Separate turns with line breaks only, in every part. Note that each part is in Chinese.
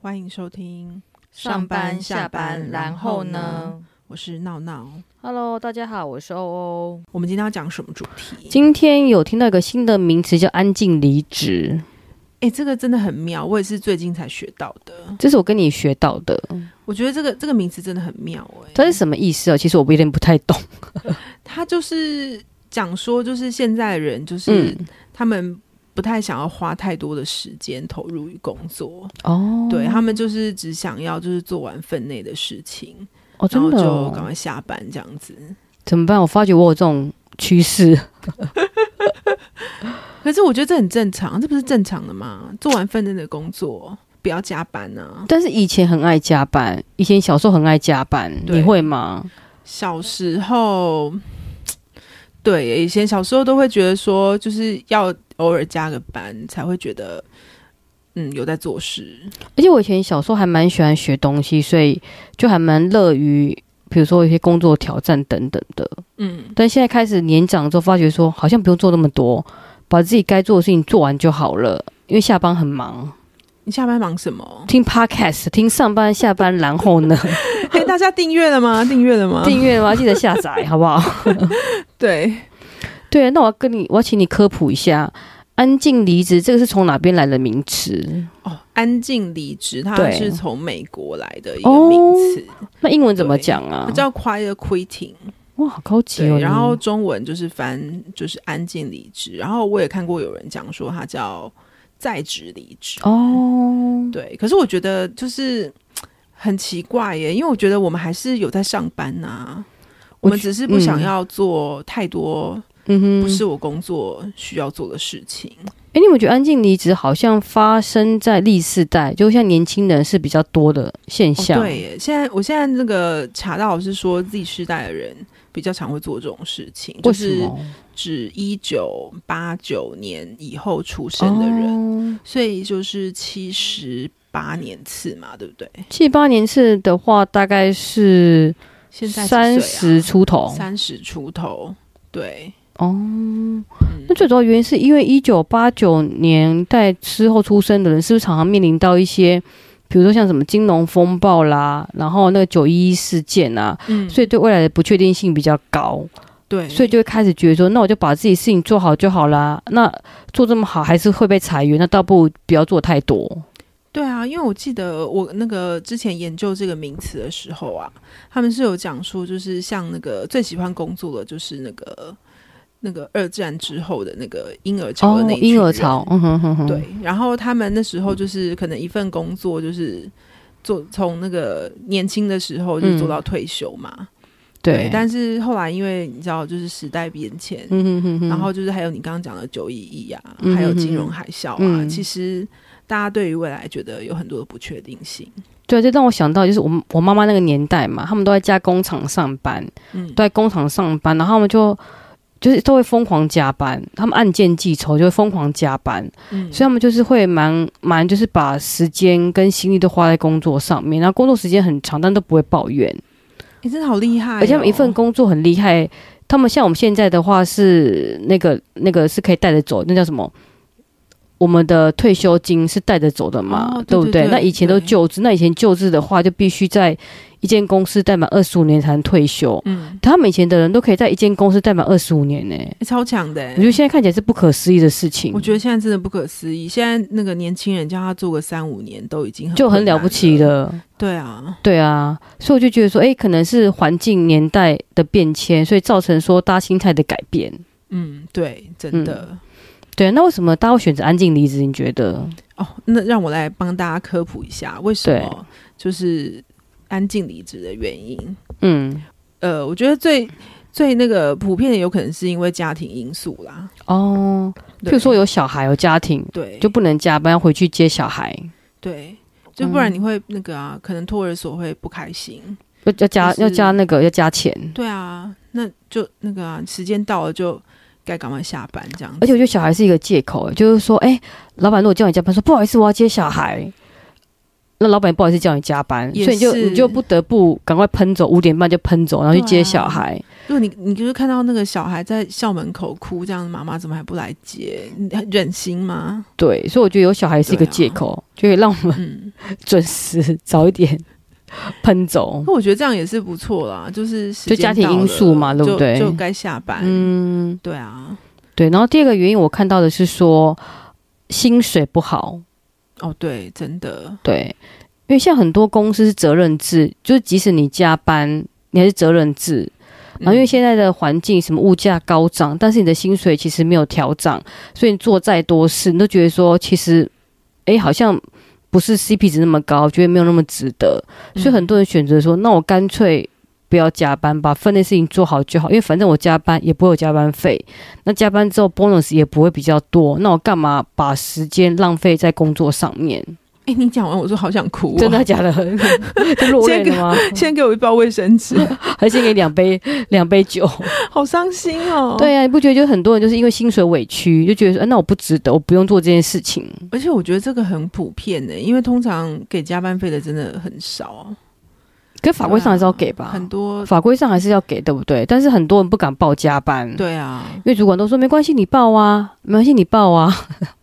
欢迎收听
上班下班，然后？呢
我是闹闹，
？Hello，大家好，我是欧欧。
我们今天要讲什么主题？
今天有听到一个新的名词叫“安静离职
哎、这个真的很妙，我也是最近才学到的”，。
这是我跟你学到的。
我觉得这个这个名词真的很妙哎、
它是什么意思啊？其实我有点不太懂。
他就是讲说，就是现在的人就是、
嗯
他们不太想要花太多的时间投入于工作，
哦，
对他们就是只想要就是做完分内的事情，
哦，
然后
真的
就赶
哦、
快下班这样子。
怎么办？我发觉我有这种趋势。
可是我觉得这很正常，这不是正常的吗？做完分内的工作，不要加班啊。
但是以前很爱加班，以前小时候很爱加班，
对
你会吗？
小时候，对，以前小时候都会觉得说，就是要偶尔加个班才会觉得，嗯，有在做事。
而且我以前小时候还蛮喜欢学东西，所以就还蛮乐于，比如说一些工作挑战等等的。
嗯，
但现在开始年长之后，发觉说好像不用做那么多，把自己该做的事情做完就好了。因为下班很忙，
你下班忙什么
？听 podcast，听上班、下班，然 后呢，
嘿，哎大家订阅了吗？订阅了吗？
订阅吗？记得下载，好不好？
对，
对，啊那我要跟你，我要请你科普一下，安静离职这个是从哪边来的名词？
哦，安静离职，它
对
是从美国来的一
哦
个名词，
那英文怎么讲啊
它？叫 quiet quitting。
哇，好高级
对，
哦！你
然后中文就是翻就是安静离职，然后我也看过有人讲说它叫在职离职。
哦，
对，可是我觉得就是很奇怪耶，因为我觉得我们还是有在上班呐、我
我
们
觉
只是不想
嗯
要做太多
嗯哼，
不是我工作需要做的事情。
哎，你有没有觉得安静离职好像发生在历世代，就像年轻人是比较多的现
哦、
象？
对耶，现在我现在那个查到是说 Z 世代的人比较常会做这种事情，就
为什
是
么？
指一九八九年以后出生的人。
哦
所以就是七十八年次嘛，对不对？
七八年次的话，大概是
现在啊
三十出头。
三十出头，对，
哦，那最主要原因是因为一九八九年代之后出生的人，是不是常常面临到一些，比如说像什么金融风暴啦，然后那个九一一事件啊，
嗯，
所以对未来的不确定性比较高，
对，
所以就会开始觉得说，那我就把自己事情做好就好啦。那做这么好还是会被裁员，那倒不如不要做太多。
对啊，因为我记得我那个之前研究这个名词的时候啊，他们是有讲说，就是像那个最喜欢工作的就是那个那个二战之后的那个婴儿潮的
哦
那，一群
婴儿
人
潮，嗯哼哼哼，
对，，然后他们那时候就是可能一份工作就是做从那个年轻的时候就做
嗯
到退休嘛，
对，
但是后来因为你知道，就是时代变迁，
嗯哼哼哼，
然后就是还有你刚刚讲的九一一啊，
嗯哼哼
还有金融海啸啊，
嗯
其实大家对于未来觉得有很多的不确定性。
对，这让我想到就是我我妈妈那个年代嘛，他们都在家工厂上班，
嗯，
都在工厂上班，然后他们就就是都会疯狂加班，他们按件计酬就会疯狂加班，
嗯，
所以他们就是会蛮蛮就是把时间跟心力都花在工作上面，然后工作时间很长，但都不会抱怨，
你、真的好厉害哦、
而且他们一份工作很厉害。他们像我们现在的话是那个那个是可以带着走，那叫什么？我们的退休金是带着走的嘛，
哦对
不
对对
那以前都
对
就职，那以前就职的话就必须在一间公司待满二十五年才能退休。
嗯、
他们以前的人都可以在一间公司待满二十五年呢、
欸超强的欸、
我觉得现在看起来是不可思议的事情。
我觉得现在真的不可思议，现在那个年轻人叫他做个三五年都已经很
就很
困难
了不起
了。
了，
对啊，
对啊，所以我就觉得说，哎、可能是环境年代的变迁，所以造成说大家心态的改变。
嗯，对，真的。
对、啊，那为什么大家会选择安静离职？你觉得？
哦，那让我来帮大家科普一下，为什么就是安静离职的原因。
嗯，
呃，我觉得最最那个普遍的，有可能是因为家庭因素啦，
哦，
对
譬如说有小孩、有家庭，
对，
就不能加班，要回去接小孩，
对，就不然
嗯
你会那个啊，可能托儿所会不开心。
要要加、
就是
要加那个要加钱。
对啊，那就那个啊，时间到了就该赶快下班这样子。
而且我觉得小孩是一个借口，就是说，哎、老板如果叫你加班，说不好意思，我要接小孩。那老板也不好意思叫你加班，
也
所以你就是你就不得不赶快喷走，五点半就喷走，然后去接小孩。
如果你你就是看到那个小孩在校门口哭，这样妈妈怎么还不来接？你忍心吗？
对，所以我觉得有小孩是一个
对啊
借口，就可以让我们
嗯，
准时早一点 喷走。
那我觉得这样也是不错啦，就是时
就
间
家庭
到
因
了
素嘛对不
就
对
就该下班。
嗯，
对啊，
对。然后第二个原因我看到的是说薪水不好，
哦对，真的，
对，因为像很多公司是责任制，就是即使你加班，你还是责任制。然后因为
嗯
现在的环境什么物价高涨，但是你的薪水其实没有调涨，所以你做再多事，你都觉得说其实，哎，好像不是 CP 值那么高，觉得没有那么值得，所
嗯
以很多人选择说，那我干脆。不要加班，把分内事情做好就好，因为反正我加班也不会有加班费，那加班之后 bonus 也不会比较多，那我干嘛把时间浪费在工作上面？
哎、你讲完我就好想哭、啊
真 的。假的？ 就落泪了吗？
先给我一包卫生纸，
还是给你两杯两杯酒？
好伤心哦。
对啊呀、你不觉得就很多人就是因为薪水委屈，就觉得说，哎那我不值得，我不用做这件事情。
而且我觉得这个很普遍呢、因为通常给加班费的真的很少，
可法规上还是要给吧，
啊很多
法规上还是要给，对不对？但是很多人不敢报加班，，
对啊，
因为主管都说没关系，你报啊，没关系，你报啊。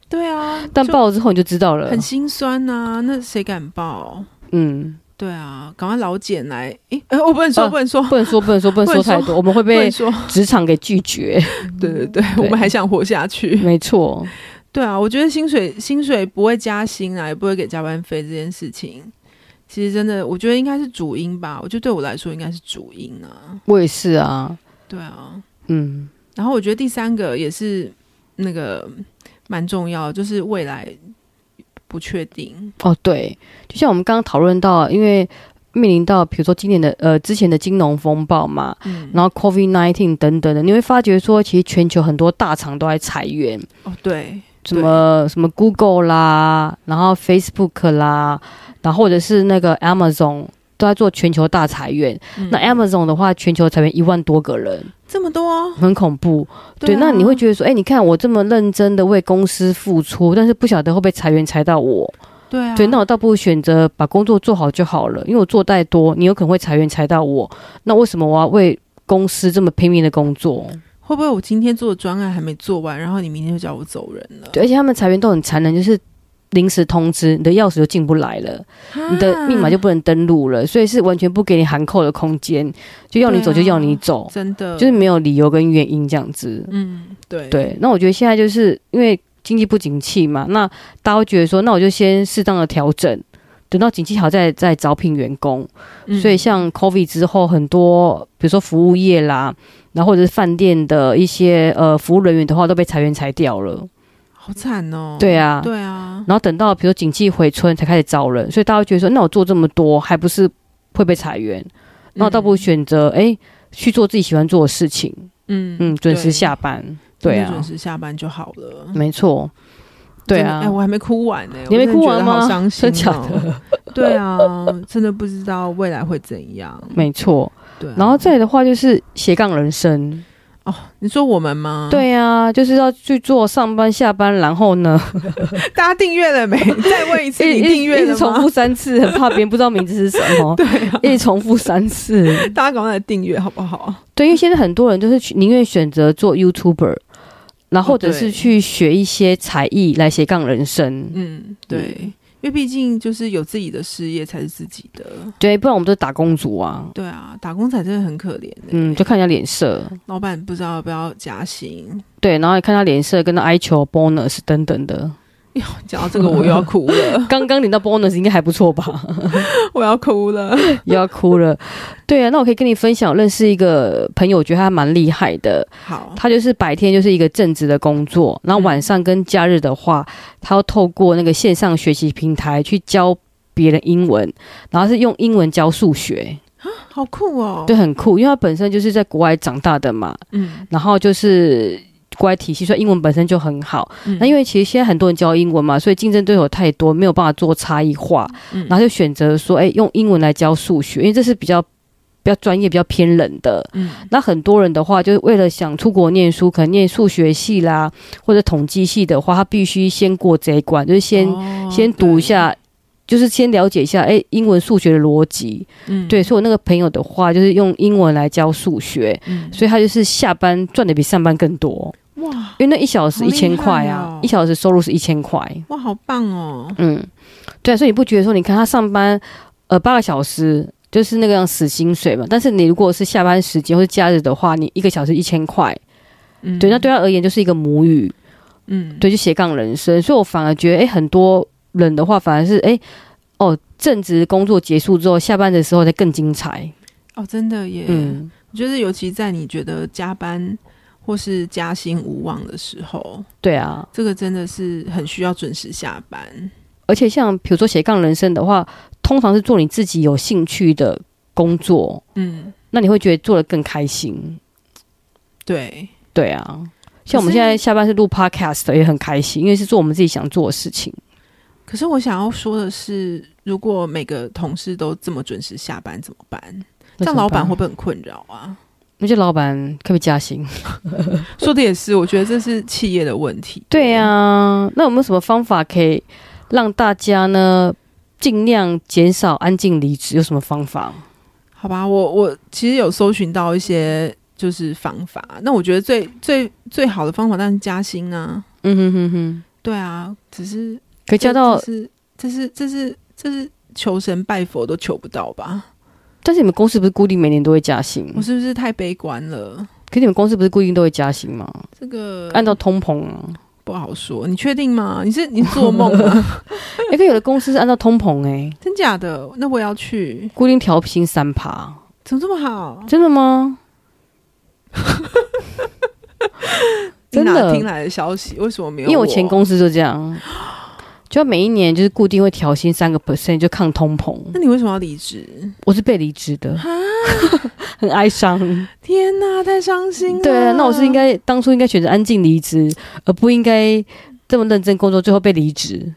对啊，
但
就
报了之后你就知道了
很，心酸呐、那谁敢报？
嗯，
对啊，赶快老简来！诶，呃我不能说，
啊
不能说，
不能说不能说不能
不
说
能
太
说
多，我们会
不
被嗯
能说。
职场给拒绝。
对对对，我们还想活下去。
没错，
对啊，我觉得薪水薪水不会加薪啊，也不会给加班费这件事情，其实真的，我觉得应该是主因吧。我觉得对我来说应该是主因啊。
我也是啊，
对啊，
嗯，
然后我觉得第三个也是那个蛮重要的，就是未来不确定。
哦，对，就像我们刚刚讨论到，因为面临到比如说今年的呃之前的金融风暴嘛，
嗯，
然后 COVID nineteen 等等的，你会发觉说，其实全球很多大厂都在裁员，
哦对，
什么什么 Google 啦，然后 Facebook 啦，然后或者是那个 Amazon 都在做全球大裁员。
嗯
那 Amazon 的话，全球裁员一万多个人，
这么多，
很恐怖。对，
啊
那你会觉得说，哎，你看我这么认真的为公司付出，但是不晓得会不会裁员裁到我。
对啊，
对，那我倒不如选择把工作做好就好了，因为我做太多，你有可能会裁员裁到我。那为什么我要为公司这么拼命的工作？
会不会我今天做的专案还没做完，然后你明天就叫我走人了？
对，而且他们裁员都很残忍，就是临时通知，你的钥匙就进不来了，你的密码就不能登录了，所以是完全不给你函扣的空间，就要你走就要你走，
啊真的
就是没有理由跟原因这样子。
嗯，对
对，那我觉得现在就是因为经济不景气嘛，那大家会觉得说，那我就先适当的调整，等到景气好再再招聘员工。
嗯
所以像 COVID 之后，很多比如说服务业啦，然后或者是饭店的一些呃服务人员的话，都被裁员裁掉了。
好惨哦。
对啊，
对啊，
然后等到比如说景气回春才开始招人，所以大家会觉得说，那我做这么多，还不是会被裁员？那我倒不如选择哎、诶去做自己喜欢做的事情，
嗯
嗯，准时
对
下班。
真的
对啊
准，时下班就好了。
没错，对
真的
啊。
哎，我还没哭完呢，
你还没
我真的
哭完
觉得好
吗
伤心哦，
真假的
对啊，真的不知道未来会怎样。
没错，
对啊，
然后再来的话就是斜杠人生，
哦，你说我们吗？，
对啊，就是要去做上班下班，然后呢，
大家订阅了 没？再问一次，
一
你
直
订阅
一直
了
重
吗
复？三次，很怕别人不知道名字是什 么，
对啊，
一直重复三次。
大家赶快来订阅好不好？
对，因为现在很多人就是去宁愿选择做 YouTuber，然后
哦
或者是
对
去学一些才艺来斜杠人生。
嗯，对，
嗯
因为毕竟就是有自己的事业才是自己的。
对，不然我们都是打工族啊。
对啊，打工仔真的很可怜、欸。
嗯，就看人家脸色，
老板不知道要不要加 薪。
对，然后也看他脸色，跟他哀求 bonus 等等的。
讲到这个，我又要哭了，
刚刚领到 bonus 应该还不错吧？
我要哭 了。
又要哭了。对啊，那我可以跟你分享，我认识一个朋友，我觉得他蛮厉害的。
好，
他就是白天就是一个正职的工作，然后晚上跟假日的话，他要透过那个线上学习平台去教别人英文，然后是用英文教数学，
好酷哦。
对，，很酷，因为他本身就是在国外长大的嘛，
嗯，
然后就是。国外体系，所以英文本身就很好。那因
为
为其实现在很多人教英文嘛，所以竞争对手太多，没有办法做差异化，
嗯
然后就选择说，哎、用英文来教数学，因为这是比较比较专业、比较偏冷的。
嗯
那很多人的话，就是为了想出国念书，可能念数学系啦，或者统计系的话，他必须先过这一关，就是先、
哦
先读一下就是先了解一下，哎，英文数学的逻辑。
嗯，
对，所以我那个朋友的话，就是用英文来教数学，
嗯，
所以他就是下班赚的比上班更多，
哇
因为那一小时
好
一
厉
千块
害
啊
哦，
一小时收入是一千块。
哇，好棒哦！
嗯，对啊，所以你不觉得说，你看他上班呃八个小时就是那个样死薪水嘛？但是你如果是下班时间或是假日的话，你一个小时一千块，
嗯，
对，那对他而言就是一个母语，
嗯，
对，就斜杠人生。所以我反而觉得，哎，很多人的话反而是哎。诶哦，正职工作结束之后，下班的时候才更精彩。
哦，真的耶，
嗯，
就是尤其在你觉得加班或是加薪无望的时候，
对啊，
这个真的是很需要准时下班。
而且像比如说斜杠人生的话，通常是做你自己有兴趣的工作，
嗯，
那你会觉得做的更开心。
对，
对啊，像我
可是
们现在下班是录 podcast 也很开心，因为是做我们自己想做的事情。
可是我想要说的是，如果每个同事都这么准时下班怎么办？这样
那怎么
老板
办
会不会很困扰啊？
那就老板可不可以加薪？
说的也是，我觉得这是企业的问题。
对啊，那有没有什么方法可以让大家呢尽量减少安静离职？有什么方法？
好吧，我我其实有搜寻到一些就是方法，那我觉得最最最好的方法当然是加薪啊，
嗯哼哼哼，
对啊，只是
可以加到
这，是这是这是这是求神拜佛都求不到吧？
但是你们公司不是固定每年都会加薪？
我是不是太悲观了？
可是你们公司不是固定都会加薪吗？
这个
按照通膨啊，
不好说，你确定吗？你是你做梦 吗？
哎、可有的公司是按照通膨哎、
真假的？那我也要去，
固定调薪三趴，
怎么这么好？
真的 吗？真的
你哪听来的消息？为什么没有？
因为我前，公司就这样，就每一年就是固定会调薪三个 percent，就抗通膨。
那你为什么要离职？
我是被离职的， 很哀伤。
天哪，太伤心了。
对啊，那我是应该当初应该选择安静离职，而不应该这么认真工作，最后被离职。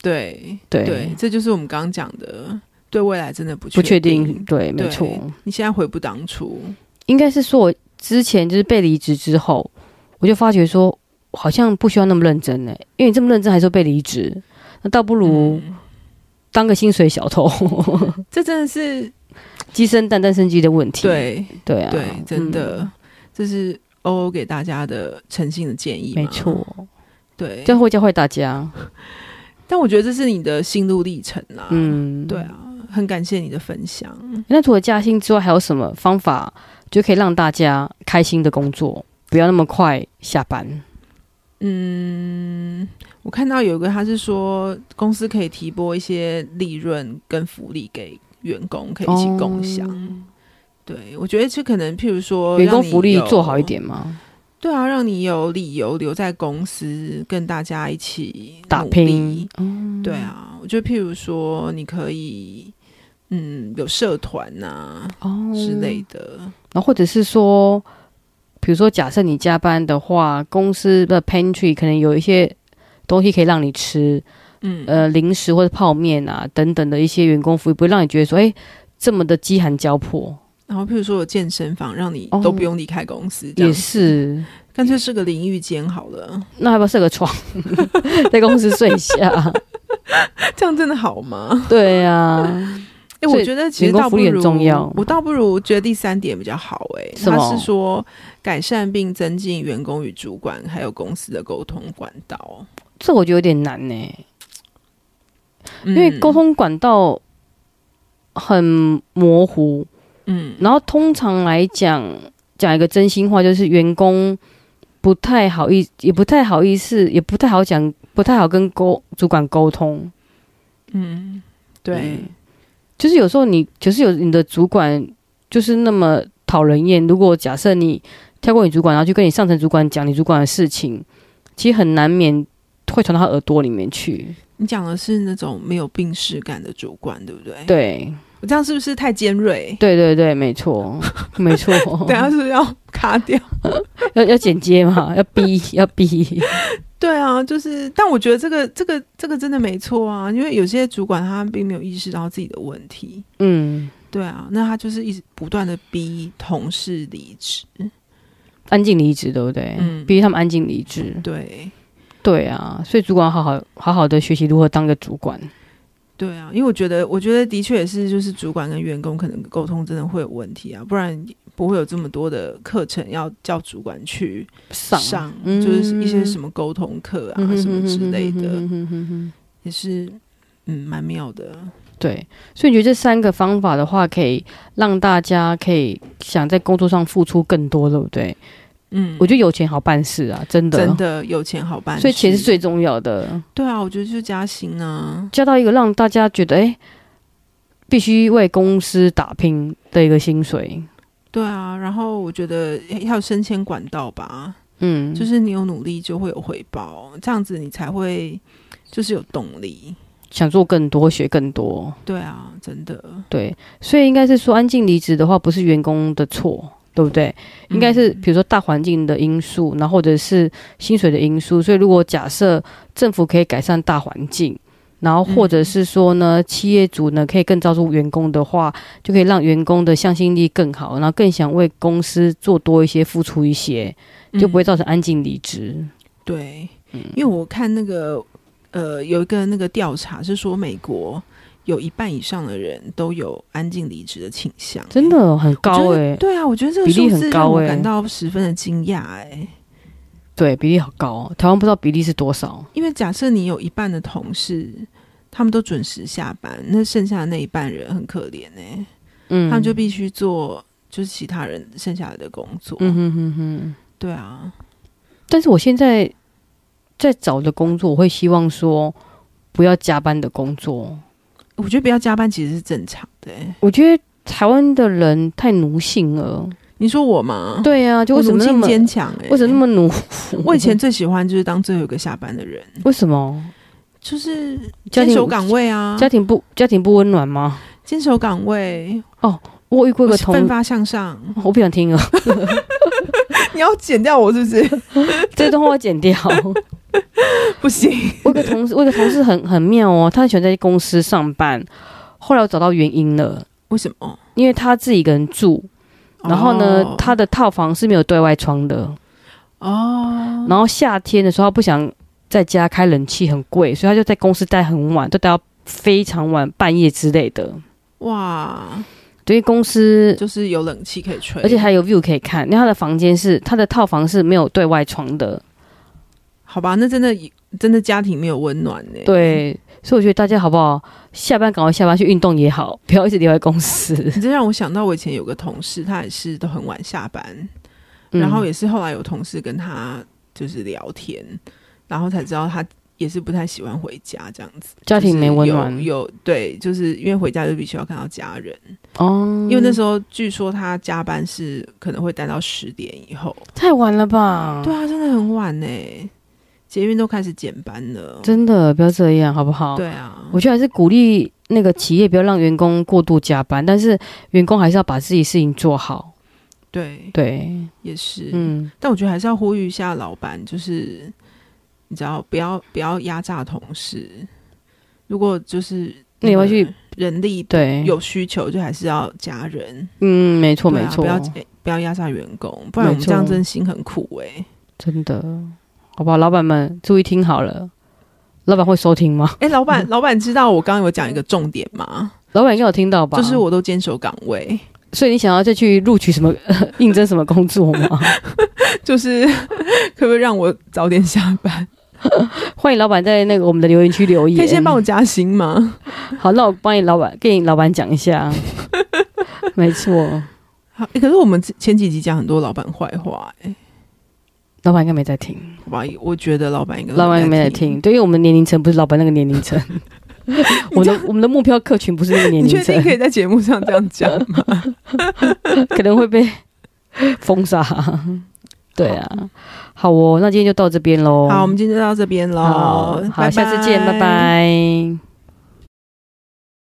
对
对，
对，这就是我们刚刚讲的，对未来真的不
不确定
定，。
对，没
对
错，
你现在悔不当初，
应该是说我之前就是被离职之后，我就发觉说好像不需要那么认真呢、欸因为你这么认真还说被离职，那倒不如
嗯
当个薪水小偷，
这真的是
鸡生蛋，蛋生鸡的问题。
对
对啊，
对，真
嗯
的，这是欧欧给大家的诚信的建议，
没，错，
对
这。样会教坏大家。
但我觉得这是你的心路历程啦，嗯，
嗯，
对。啊，很感谢你的分享。
那除了加薪之外，还有什么方法就可以让大家开心的工作，不要那么快下班？
嗯，我看到有一个他是说公司可以提拨一些利润跟福利给员工，可以一起共
哦
享。对，我觉得这可能譬如说
员工
哦让你
福利
有
做好一点嘛，
对啊，让你有理由留在公司，跟大家一起
打
努
拼哦
力。。对啊，我觉得譬如说，你可以嗯有社团呐、
哦
之类的，
然后或者是说，比如说，假设你加班的话，公司的 pantry 可能有一些东西可以让你吃，
嗯
呃，零食或者泡面啊等等的一些员工福利，不会让你觉得说，哎、这么的饥寒交迫。
然后譬如说有健身房，让你
哦
都不用离开公司，这
也
样
是，
干脆是个淋浴间好 了，
那要不要设个床，在公司睡一下？
这样真的好吗？
对呀、啊，
哎、
所以
我觉得其实
员工
倒不
福利很
如
重要
我倒不如觉得第三点比较好、哎，
什
他
么
是说改善并增进员工与主管还有公司的沟通管道，
这我觉得有点难呢、
因嗯
因为沟，通管道很模糊。
嗯
然后通常来讲，讲一个真心话，就是员工不太好意，也不太好意思，也不太好讲，不太好跟沟主管沟通。
嗯，对。
嗯就是有时候你，就是有你的主管就是那么讨人厌。如果假设你跳过你主管，然后去跟你上层主管讲你主管的事情，其实很难免会传到他耳朵里面去。
你讲的是那种没有病视感的主管，对不对？，
对，
我这样是不是太尖锐？
对对对，没错，没错。
等一下是不是要卡掉？
要要剪接嘛，要逼，要逼。
对啊，就是，但我觉得这个这个这个真的没错啊，因为有些主管他并没有意识到自己的问题，
嗯，
对啊，那他就是一直不断的逼同事离职，
安静离职，对不对？
嗯
逼他们安静离职。
对
对啊，所以主管好好好好的学习如何当个主管。
对啊，因为我觉得，我觉得的确也是，就是主管跟员工可能沟通真的会有问题啊，不然不会有这么多的课程要叫主管去
上
上，
嗯
就是一些什么沟通课啊、什么之类的，
嗯哼哼哼哼哼
也是嗯蛮妙的。
对，所以你觉得这三个方法的话，可以让大家可以想在工作上付出更多，对不对？
嗯，
我觉得有钱好办事啊，真的，
真的有钱好办事，
所以钱是最重要的。
对啊，我觉得就是加薪啊，
加到一个让大家觉得，哎、必须为公司打拼的一个薪水，
对啊，然后我觉得要有升迁管道吧，
嗯，
就是你有努力就会有回报，这样子你才会就是有动力。
想做更多，学更多，
对啊，真的，
对，所以应该是说安静离职的话，不是员工的错，对不对？
嗯
应该是比如说大环境的因素，然后或者是薪水的因素。所以如果假设政府可以改善大环境，然后或者
嗯
是说呢，企业主呢可以更照顾员工的话，就可以让员工的向心力更好，然后更想为公司做多一些、付出一些，就不
嗯
会造成安静离职。
对，
嗯
因为我看那个呃有一个那个调查是说美国有一半以上的人都有安静离职的倾向，
真的哦很
我觉
高
得
诶、
对啊，我觉得这个
比例
数
很
字
高
让我
欸
感到十分的惊讶哎、
对比例好高哦，台湾不知道比例是多少。
因为假设你有一半的同事，他们都准时下班，那剩下的那一半人很可怜呢、
嗯，
他们就必须做就是其他人剩下来的工作。
嗯哼哼哼。
对啊，
但是我现在在找的工作，我会希望说不要加班的工作。
我觉得不要加班其实是正常的、欸。
我觉得台湾的人太奴性了。
你说我吗？，
对呀、啊，就
我
为什
奴
么那
性
么
坚强、欸？
为什么那？么奴？嗯
我以前最喜欢就是当最后一个下班的人，
为什么
就是
家
坚
庭
守岗位啊，
家庭不家庭不温暖吗？
坚守岗位，
我遇过一个同
奋，发向 上。
我不想听 了，
你要剪掉我是不是？
这段话我剪掉。
不行，
我有个同事，我有个同事很很妙哦，他很喜欢在公司上班，后来我找到原因了，
为什么？
因为他自己一个人住，然后呢，
哦
他的套房是没有对外窗的。
哦，
然后夏天的时候，他不想在家开冷气，很贵，所以他就在公司待很晚，都待到非常晚，半夜之类的。
哇，
对于公司，
就是有冷气可以吹，
而且还有 view 可以看。因为他的房间是他的套房是没有对外窗的，
好吧，那真的真的家庭没有温暖呢、，
对，所以我觉得大家好不好，下班赶快下班去运动也好， 不要一直留在公司。
你这让我想到我以前有个同事，他也是都很晚下班，
嗯
然后也是后来有同事跟他就是聊天，然后才知道他也是不太喜欢回家这样子，
家庭没温暖
就是有有对，就是因为回家就必须要看到家人，
哦，
因为那时候据说他加班是可能会待到十点以后，
太晚了吧？
对啊，真的很晚呢、捷运都开始减班了，
真的不要这样，好不好？
对啊，
我觉得还是鼓励那个企业不要让员工过度加班，但是员工还是要把自己事情做好。
对，
对，
也是，
嗯，
但我觉得还是要呼吁一下老板，就是你知道，不要不要压榨同事。如果就是
那你要去
个人力
对，
有需求，就还是要加人，
嗯，没错、
对啊
没错，
不要不要压榨员工，不然我
没
们这
错
样真心很苦哎、
真的，好不好？老板们注意听好了，老板会收听吗？
哎、老板，老板知道我刚刚有讲一个重点吗？
老板应该有听到吧？
就是，我都坚守岗位，
所以你想要再去录取什么、 应征什么工作吗？
就是可不可以让我早点下班？
欢迎老板在那个我们的留言区留言。
可以先帮我加薪吗？
好，那我帮你老板跟你老板讲 一下。没错，
好、欸可是我们前几集讲很多老板坏话、欸，
老板应该没在听，
好吧？我觉得老板应该
老板没在听，对，因为我们年龄层不是老板那个年龄 层，我们的我们的目标客群不是那个年
你
龄
确
层
定，可以在节目上这样讲吗？
可能 会被封杀。对啊，好哦，那今天就到这边喽。
好，我们今天就到这边喽
好，，好，
拜
下次见，拜拜。